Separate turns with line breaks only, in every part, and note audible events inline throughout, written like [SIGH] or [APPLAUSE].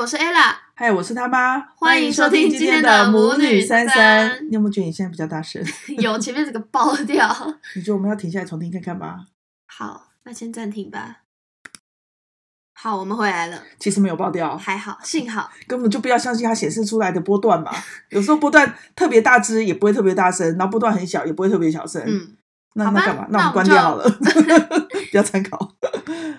我是 Ella，
嗨，我是他妈，
欢迎收听今天的母女三三
你有没有觉得你现在比较大声？ [LAUGHS]
有前面这个爆掉。
你觉得我们要停下来重听看看吗？
好，那先暂停吧。好，我们回来了，
其实没有爆掉，啊
还好，幸好
根本就不要相信它显示出来的波段嘛。有时候波段特别大只也不会特别大声，然后波段很小也不会特别小声。
嗯，
那
好
那
吧
干嘛？
那我们
我们关
就
掉好了， [LAUGHS] 不要参考。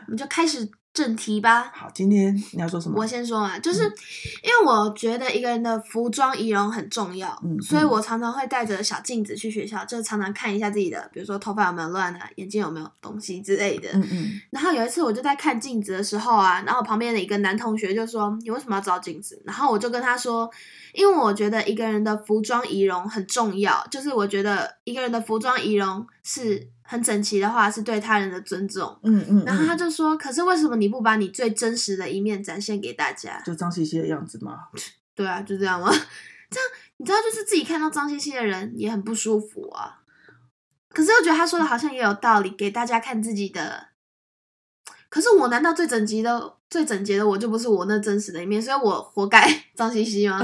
我们就开始正题吧。
好，今天你要说什么
我？先说啊，就是
嗯
因为我觉得一个人的服装仪容很重要，
嗯
所以
嗯
我常常会带着小镜子去学校，就常常看一下自己的，比如说头发有没有乱啊，眼睛有没有东西之类的。
嗯嗯，
然后有一次我就在看镜子的时候啊，然后我旁边的一个男同学就说：“你为什么要照镜子？”然后我就跟他说：“因为我觉得一个人的服装仪容很重要，就是我觉得一个人的服装仪容是很整齐的话，是对他人的尊重。”
嗯嗯，
然后他
嗯
就说：“可是为什么你不把你最真实的一面展现给大家
就脏兮兮的样子嘛。？”
对啊，就这样吗？ [LAUGHS] 这样你知道，就是自己看到脏兮兮的人也很不舒服啊。可是我觉得他说的好像也有道理，给大家看自己的。可是我难道最整洁的、最整洁的我就不是我那真实的一面，所以我活该 [LAUGHS] 脏兮兮
[LAUGHS]
吗？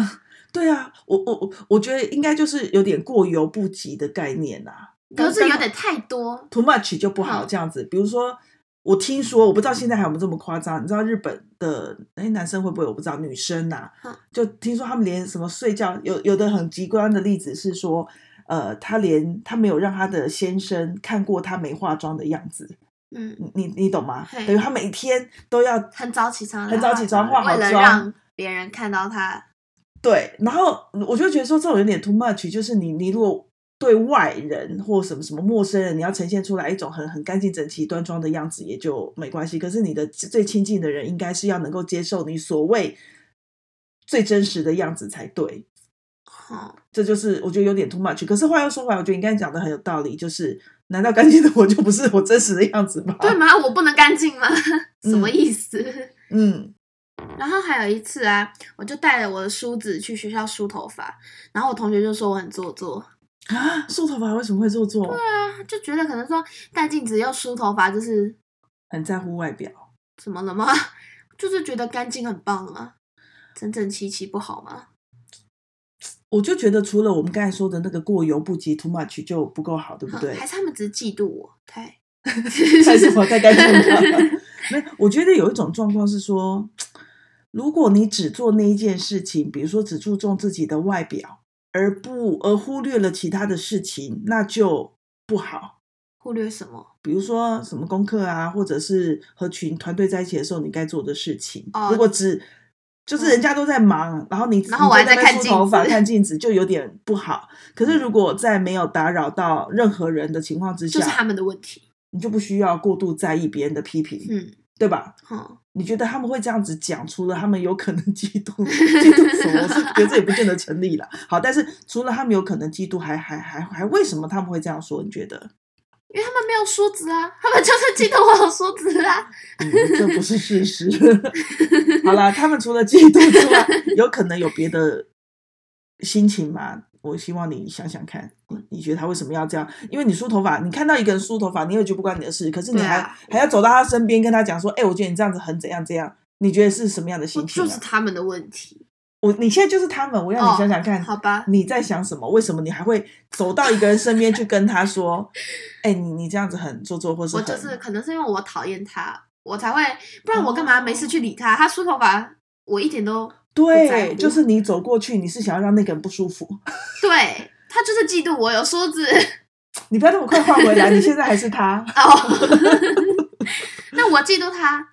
对啊，我我我我觉得应该就是有点过犹不及的概念啊。
可是有
但
点太多，
too much 就不好
嗯
这样子。比如说，我听说，我不知道现在还有没有这么夸张。你知道日本的哎，男生会不会我不知道，女生呐、
嗯
就听说他们连什么睡觉，有有的很极端的例子是说，呃，她连她没有让她的先生看过她没化妆的样子，
嗯，
你你你懂吗？
嘿
等于她每天都要
很早起床，
很早起床化好
为了
妆
让，别人看到他，
对，然后我就觉得说这种有点 too much，就是你你如果对外人或什么什么陌生人，你要呈现出来一种很很干净、整齐、端庄的样子也就没关系。可是你的最亲近的人，应该是要能够接受你所谓最真实的样子才对。
哦，
这就是我觉得有点 too much。可是话又说回来，我觉得你刚才讲的很有道理，就是难道干净的我就不是我真实的样子吗？
对吗？我不能干净吗？ [LAUGHS] 什么意思？
嗯，
然后还有一次啊，我就带着我的梳子去学校梳头发，然后我同学就说我很做作，
啊，梳头发为什么会做作？
啊，就觉得可能说戴镜子又梳头发就是
很在乎外表。
怎么了吗？ [LAUGHS] 就是觉得干净很棒啊，整整齐齐不好吗？
我就觉得除了我们刚才说的那个过犹不及 too much 就不够好，对不
哼
对
还？是他们只是嫉妒我太
[LAUGHS]
[LAUGHS]
太什么太干净了？没，我觉得有一种状况是说，如果你只做那一件事情，比如说只注重自己的外表，而不而忽略了其他的事情，那就不好。
忽略什么？
比如说什么功课啊，或者是和群团队在一起的时候你该做的事情，
哦嗯
如果只就是人家都在忙，然后你
然后我还
你在
在
那边
看
梳头
镜
发、
子嗯
看镜子，就有点不好。可是如果在没有打扰到任何人的情况之下，
就是他们的问题。
你就不需要过度在意别人的批评，
嗯，
对吧？
哼，
你觉得他们会这样子讲，除了他们有可能嫉妒，嫉妒什么？我是觉得这也不见得成立了。好，但是除了他们有可能嫉妒，还还还还为什么他们会这样说？你觉得？
因为他们没有梳子啊，他们就是嫉妒我有梳子啊。
嗯，这不是事实。 [LAUGHS] 好啦，他们除了嫉妒之外，有可能有别的心情吗？我希望你想想看，你你觉得他为什么要这样？因为你梳头发，你看到一个人梳头发，你也觉得不关你的事，可是你
对
还、
啊
还要走到他身边跟他讲说：“哎、我觉得你这样子很怎样怎样。”你觉得是什么样的
我
心情、
就
啊？
是他们的问题，哦
我你现在就是他们，我让你想想看，
好吧？
你在想什么？为什么你还会走到一个人身边去跟他说：“哎、你你这样子很做作，或是
我
很……”
就是可能是因为我讨厌他，我才会，不然我干嘛没
哦
事去理他？他梳头发，我一点都不在乎
对，就是你走过去，你是想要让那个人不舒服。 [LAUGHS]
对他就是嫉妒我有梳子
你不要那么快换回来，你现在还是他
[LAUGHS] 哦。 [LAUGHS] 那我嫉妒他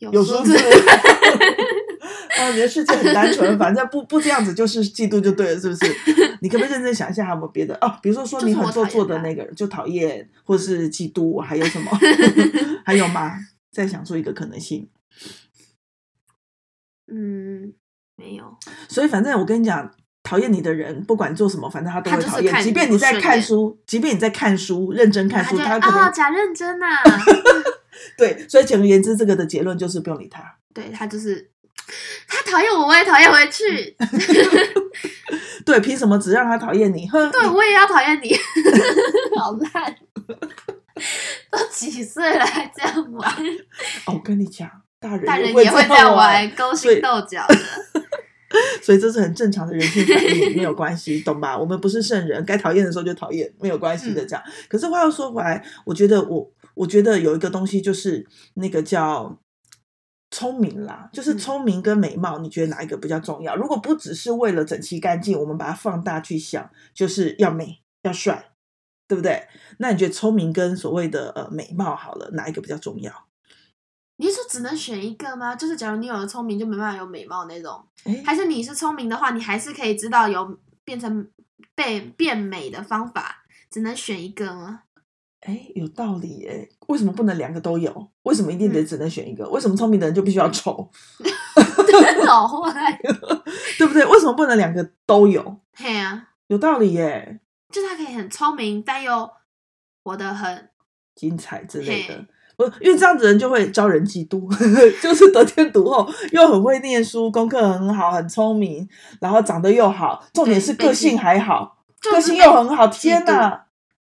有
有
梳
梳子。 [LAUGHS] 哦，你的世界很单纯，反正不不这样子就是嫉妒就对了，是不是？你可不可以认真想一下，还有没有别的哦？比如说说
就是
你
我
很做
讨厌
作的
他
那个人，就讨厌或是嫉妒，还有什
[LAUGHS]
么？还有吗？再想出一个可能性。
嗯，没有，
所以反正我跟你讲，讨厌你的人，不管做什么，反正他都
他
会
就是
讨厌。
看
即
你
便
不
你在
顺
看
眼
书，即便你在看书，认真看
他
书，
就
他可
啊、
能
假认真
[LAUGHS]
呐、
对。所以简而言之，这个的结论就是不用理他。
对他就是他讨厌我，我也讨厌回
[LAUGHS]
去，
对，凭什么只让他讨厌你？哼，哦
对我也要讨厌你， [LAUGHS] 好烂。都几岁了还这样玩？
哦，我跟你讲，大人
大人
会
也会
这
在
样
玩，勾
所以
心斗角的。
所以这是很正常的人性反应，没有关系， [LAUGHS] 懂吧？我们不是圣人，该讨厌的时候就讨厌，没有关系的。这样，可是话又说回来，我觉得我我觉得有一个东西就是那个叫聪明啦，就是
嗯
聪明跟美貌，你觉得哪一个比较重要？如果不只是为了整齐干净，我们把它放大去想，就是要美要帅，对不对？那你觉得聪明跟所谓的呃美貌好了，哪一个比较重要？
你是说只能选一个吗？就是假如你有了聪明，就没办法有美貌那种，
哎，
还是你是聪明的话，你还是可以知道有变成被变美的方法，只能选一个吗？ [LAUGHS]
哎，有道理耶！为什么不能两个都有？为什么一定
嗯
得只能选一个？为什么聪明的人就必须要丑， [LAUGHS]
好坏，
对不对？为什么不能两个都有？
嘿啊，
有道理耶，
就是他可以很聪明，但又活得很
精彩之类的
嘿。
不，因为这样子人就会招人嫉妒， [LAUGHS] 就是得天独厚，又很会念书，功课很好，很聪明，然后长得又好，重点是
对被
个性
嫉妒
还好，
就
个
是
性
被
又很好。天
妒
哪，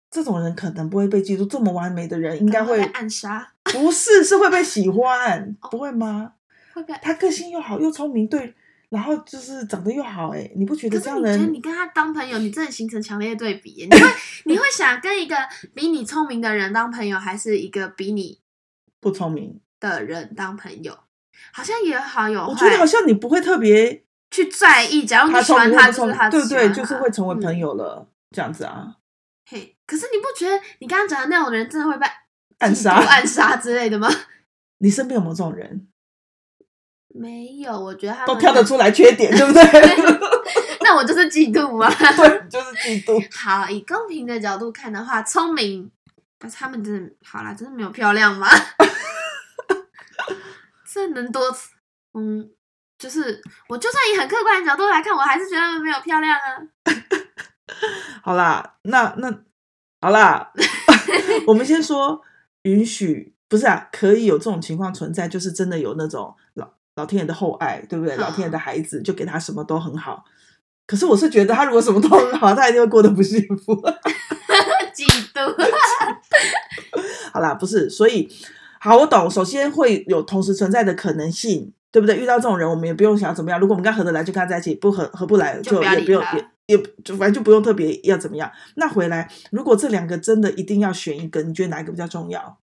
这种人可能不会被嫉妒，这么完美的人应
可
该
能会
会
被哦暗杀，
不是是会被喜欢，不会吗？
会被。
他个性又好，又聪明，对，然后就是长得又好、哎，你不觉
可
得
是
这样
你觉
的
得你
人？
跟他当朋友，你真的形成强烈对比耶，你会 [LAUGHS] 你会想跟一个比你聪明的人当朋友，还是一个比你
不聪明？
的人当朋友？好像也有好有坏，
我觉得好像你不会特别
去在意。假如
他
你喜
聪
欢
明
他，
或不
就
聪
是
明
他，
对
喜欢
对，
他
就是会成为朋。
嗯
友了，这样子啊，
嘿，可是你不觉得你刚刚讲的那种人真的会被
[LAUGHS] 暗
嫉妒
杀。
暗杀之类的吗？ [LAUGHS]
你身边有没有这种人？
没有，我觉得他们
都挑得。出来缺点，对不对？
[LAUGHS] 那我就是嫉妒嘛。
[LAUGHS] 对，就是嫉妒。
[LAUGHS] 好，以公平的角度看的话，聪明，但是他们真的好啦，真的没有漂亮吗？ [LAUGHS] 这能多，嗯，就是我就算以很客观的角度来看，我还是觉得他们没有漂亮啊。 [LAUGHS]
好啦，那那好啦，我们先说允许，不是啊，可以有这种情况存在，就是真的有那种老老天爷的厚爱，对不对？
嗯
老天爷的孩子就给他什么都很好。可是我是觉得他如果什么都很好，他一定会过得不幸福。
嫉妒，啊
好啦，不是，所以好，我懂。首先会有同时存在的可能性，对不对？遇到这种人，我们也不用想怎么样。如果我们跟他合得来，就跟他在一起；不合合不来，
就
就
不要
也
理
不用
他
也也就反正就不用特别要怎么样。那回来，如果这两个真的一定要选一个，你觉得哪一个比较重要？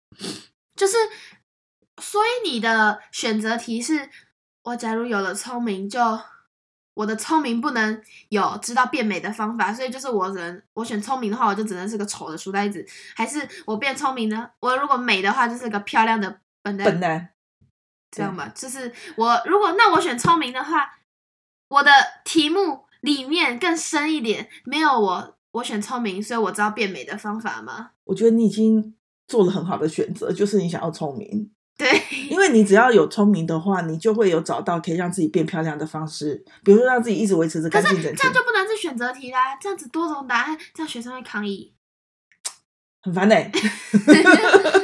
就是，所以你的选择题是：我假如有了聪明就，我的聪明不能有知道变美的方法，所以就是我只能我选聪明的话，我就只能是个丑的书呆子；还是我变聪明呢？我如果美的话，就是个漂亮的笨蛋，
本来
这样吧？就是我如果那我选聪明的话，我的题目里面更深一点，没有我我选聪明，所以我知道变美的方法吗？ [LAUGHS]
我觉得你已经做了很好的选择，就是你想要聪明，
对，
因为你只要有聪明的话，你就会有找到可以让自己变漂亮的方式，比如说让自己一直维持着
可
干净
是
整
这
齐
样，就不能是选择题啦，这样子多种答案，这样学生会抗议。
很烦哎、 [LAUGHS]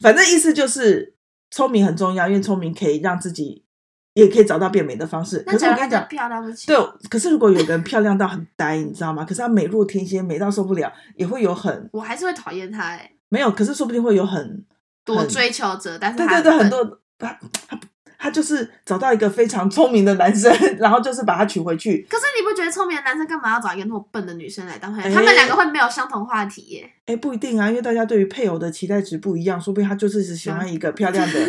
反正意思就是聪明很重要，因为聪明可以让自己也可以找到变美的方式。
那
可是
假
我
如她
跟你
就
讲，
漂亮不起，
对，哦可是如果有个人漂亮到很呆，你知道吗？可是她美若天仙，美到受不了，也会有很
我还是会讨厌她哎。
没有，可是说不定会有很
多
很
追求者，但是
对
她
对对，很
笨
多他他他就是找到一个非常聪明的男生， [LAUGHS] 然后就是把他娶回去。
可是你不觉得聪明的男生干嘛要找一个那么笨的女生来当朋友？
哎
他们两个会没有相同话题耶。
哎，不一定啊，因为大家对于配偶的期待值不一样，说不定他就是只喜
嗯
欢一个漂
[LAUGHS]
亮的，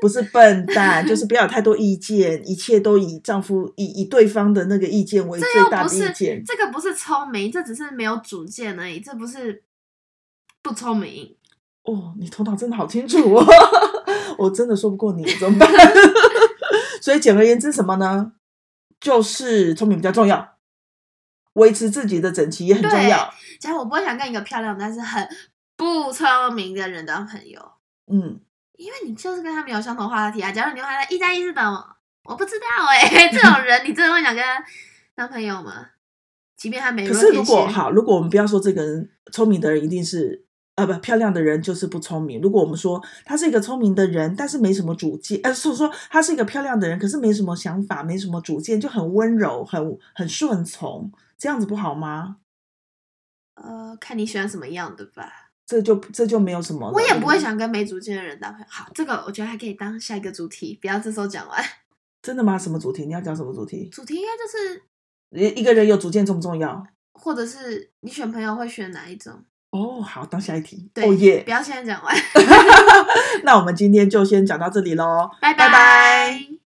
不是笨蛋，就是不要有太多意见，一切都以丈夫以以对方的那个意见为
这又
最大
不
的意
是
见。
这个不是聪明，这只是没有主见而已，这不是不聪明。
哦，你头脑真的好清楚哦， [LAUGHS] 我真的说不过你，怎么办？ [LAUGHS] 所以简而言之，什么呢？就是聪明比较重要，维持自己的整齐也很重
对
要。
假如我不会想跟一个漂亮但是很不聪明的人当朋友，
嗯，
因为你就是跟他没有相同话题啊。假如你问他一加一是等于，我不知道哎、 [LAUGHS] 这种人你真的会想跟他当朋友吗？即便他没
可
若
是如
天
果
仙，
好，如果我们不要说这个人聪明的人一定是呃不漂亮的人就是不聪明。如果我们说他是一个聪明的人，但是没什么主见，呃，是说他是一个漂亮的人，可是没什么想法，没什么主见，就很温柔，很很顺从，这样子不好吗？
呃，看你喜欢什么样的吧。
这就这就没有什么了。
我也不会想跟没主见的人当朋友。好，这个我觉得还可以当下一个主题，不要这时候讲完。
真的吗？什么主题？你要讲什么主题？
主题应该就是，
一一个人有主见重不重要？
或者是你选朋友会选哪一种？
哦，好，当下一题。
对，
哦耶
不！要现在讲完， [LAUGHS]
那我们今天就先讲到这里喽，
拜
拜拜
拜